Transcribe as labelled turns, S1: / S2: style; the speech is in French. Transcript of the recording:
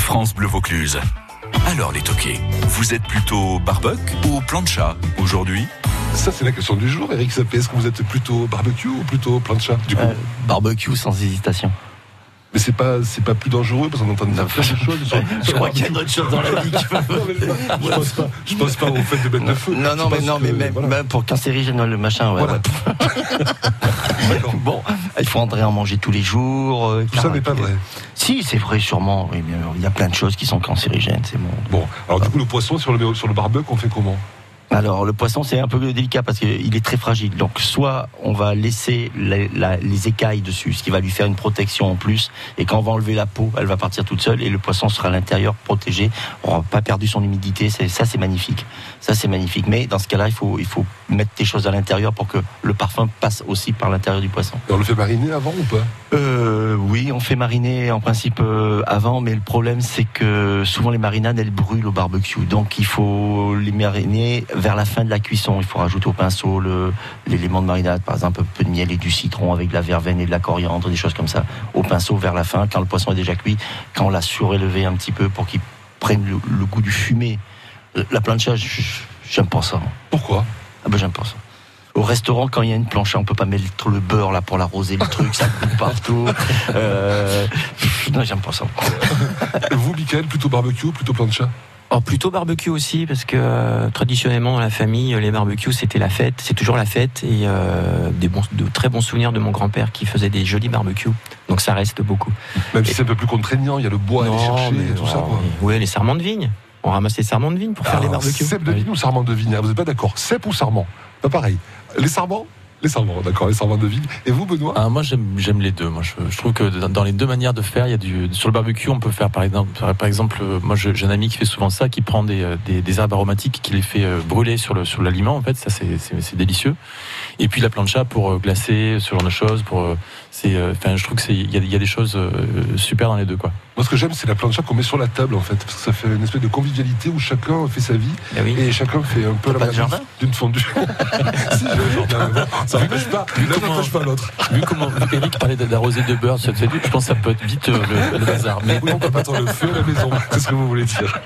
S1: France Bleu Vaucluse. Alors les toqués, vous êtes plutôt barbecue ou plancha aujourd'hui
S2: Ça, c'est la question du jour, Eric Sapé. Est-ce que vous êtes plutôt barbecue ou plutôt plancha du coup
S3: Euh, barbecue sans hésitation.
S2: Mais c'est pas, c'est pas plus dangereux parce qu'on entend dire plein de choses. sur-
S3: Je
S2: sur-
S3: crois qu'il y a d'autres choses dans la vie qui peuvent-
S2: Non, mais je je pense pas, je pense pas au fait de mettre le feu.
S3: Non, non,
S2: Je
S3: mais,
S2: pense
S3: non,
S2: que-
S3: mais même,
S2: voilà.
S3: même pour cancérigène, le machin, ouais,
S2: Voilà.
S3: ouais. Bon, il faudrait en manger tous les jours. euh,
S2: Tout ça
S3: car-
S2: n'est pas vrai.
S3: Si, c'est vrai, sûrement. Oui, mais alors, il y a plein de choses qui sont cancérigènes, c'est bon.
S2: Bon, alors du coup, le poisson sur le, sur le barbecue, on fait comment
S3: Alors, le poisson, c'est un peu délicat parce qu'il est très fragile. Donc, soit on va laisser la- la- les écailles dessus, ce qui va lui faire une protection en plus. Et quand on va enlever la peau, elle va partir toute seule et le poisson sera à l'intérieur, protégé. On n'aura pas perdu son humidité. C'est- Ça, c'est magnifique. Ça, c'est magnifique. Mais dans ce cas-là, il faut, il faut mettre des choses à l'intérieur pour que le parfum passe aussi par l'intérieur du poisson.
S2: Et On le fait mariner avant ou pas
S3: Euh, oui, on fait mariner en principe euh, avant, mais le problème c'est que souvent les marinades elles brûlent au barbecue, donc il faut les mariner vers la fin de la cuisson. Il faut rajouter au pinceau le- l'élément de marinade, par exemple un peu de miel et du citron avec de la verveine et de la coriandre, des choses comme ça, au pinceau vers la fin quand le poisson est déjà cuit, quand on l'a surélevé un petit peu pour qu'il prenne le, le goût du fumé. Euh, La plancha, j- j- j'aime pas ça.
S2: Pourquoi
S3: Ah ben j'aime pas ça. Au restaurant, quand il y a une plancha, on peut pas mettre le beurre là pour l'arroser le truc, ça coule partout. Euh, non, j'aime pas ça.
S2: Vous, Michael, plutôt barbecue ou plutôt plancha
S4: Or, Oh, plutôt barbecue aussi, parce que euh, traditionnellement, dans la famille, euh, les barbecues, c'était la fête. C'est toujours la fête. Et euh, des bons, de très bons souvenirs de mon grand-père qui faisait des jolis barbecues. Donc, ça reste beaucoup.
S2: Même si c'est un peu plus contraignant, il y a le bois à aller chercher et tout ça. quoi.
S4: Oui, les sarments de vigne. On ramasse les sarments de vigne pour faire les
S2: Alors,
S4: barbecues.
S2: Cèpe de vigne ou sarment de vigne Ah, Vous n'êtes pas d'accord Cèpe ou sarment Pas pareil. Les sarments Les sarments, d'accord, les sarments de vigne. Et vous, Benoît
S5: Ah, moi j'aime j'aime les deux. Moi je, je trouve que dans dans les deux manières de faire, il y a du sur le barbecue on peut faire par exemple par par exemple euh, moi je- j'ai un ami qui fait souvent ça, qui prend des, euh, des, des herbes aromatiques, qui les fait euh, brûler sur le sur l'aliment en fait, ça c'est c'est c'est délicieux. Et puis la plancha pour euh, glacer ce genre de choses, pour euh, c'est euh, enfin je trouve que c'est il y a, il y a des choses euh, super dans les deux quoi.
S2: Moi, ce que j'aime, c'est la plancha qu'on met sur la table, en fait. Parce que ça fait une espèce de convivialité où chacun fait sa vie
S4: Ah oui.
S2: et chacun fait un peu la
S3: pas de
S2: même
S3: jardin
S2: d'une fondue. si, j'ai le jardin, mais bon, ça n'empêche pas. L'un
S5: comment-
S2: n'empêche pas l'autre.
S5: Vu comment vu qu'Eric parlait d'arroser de beurre, ça- ça- je pense que ça peut être vite euh, le, le bazar. Mais
S2: Oui, on peut pas attendre le feu à la maison. C'est ce que vous voulez dire.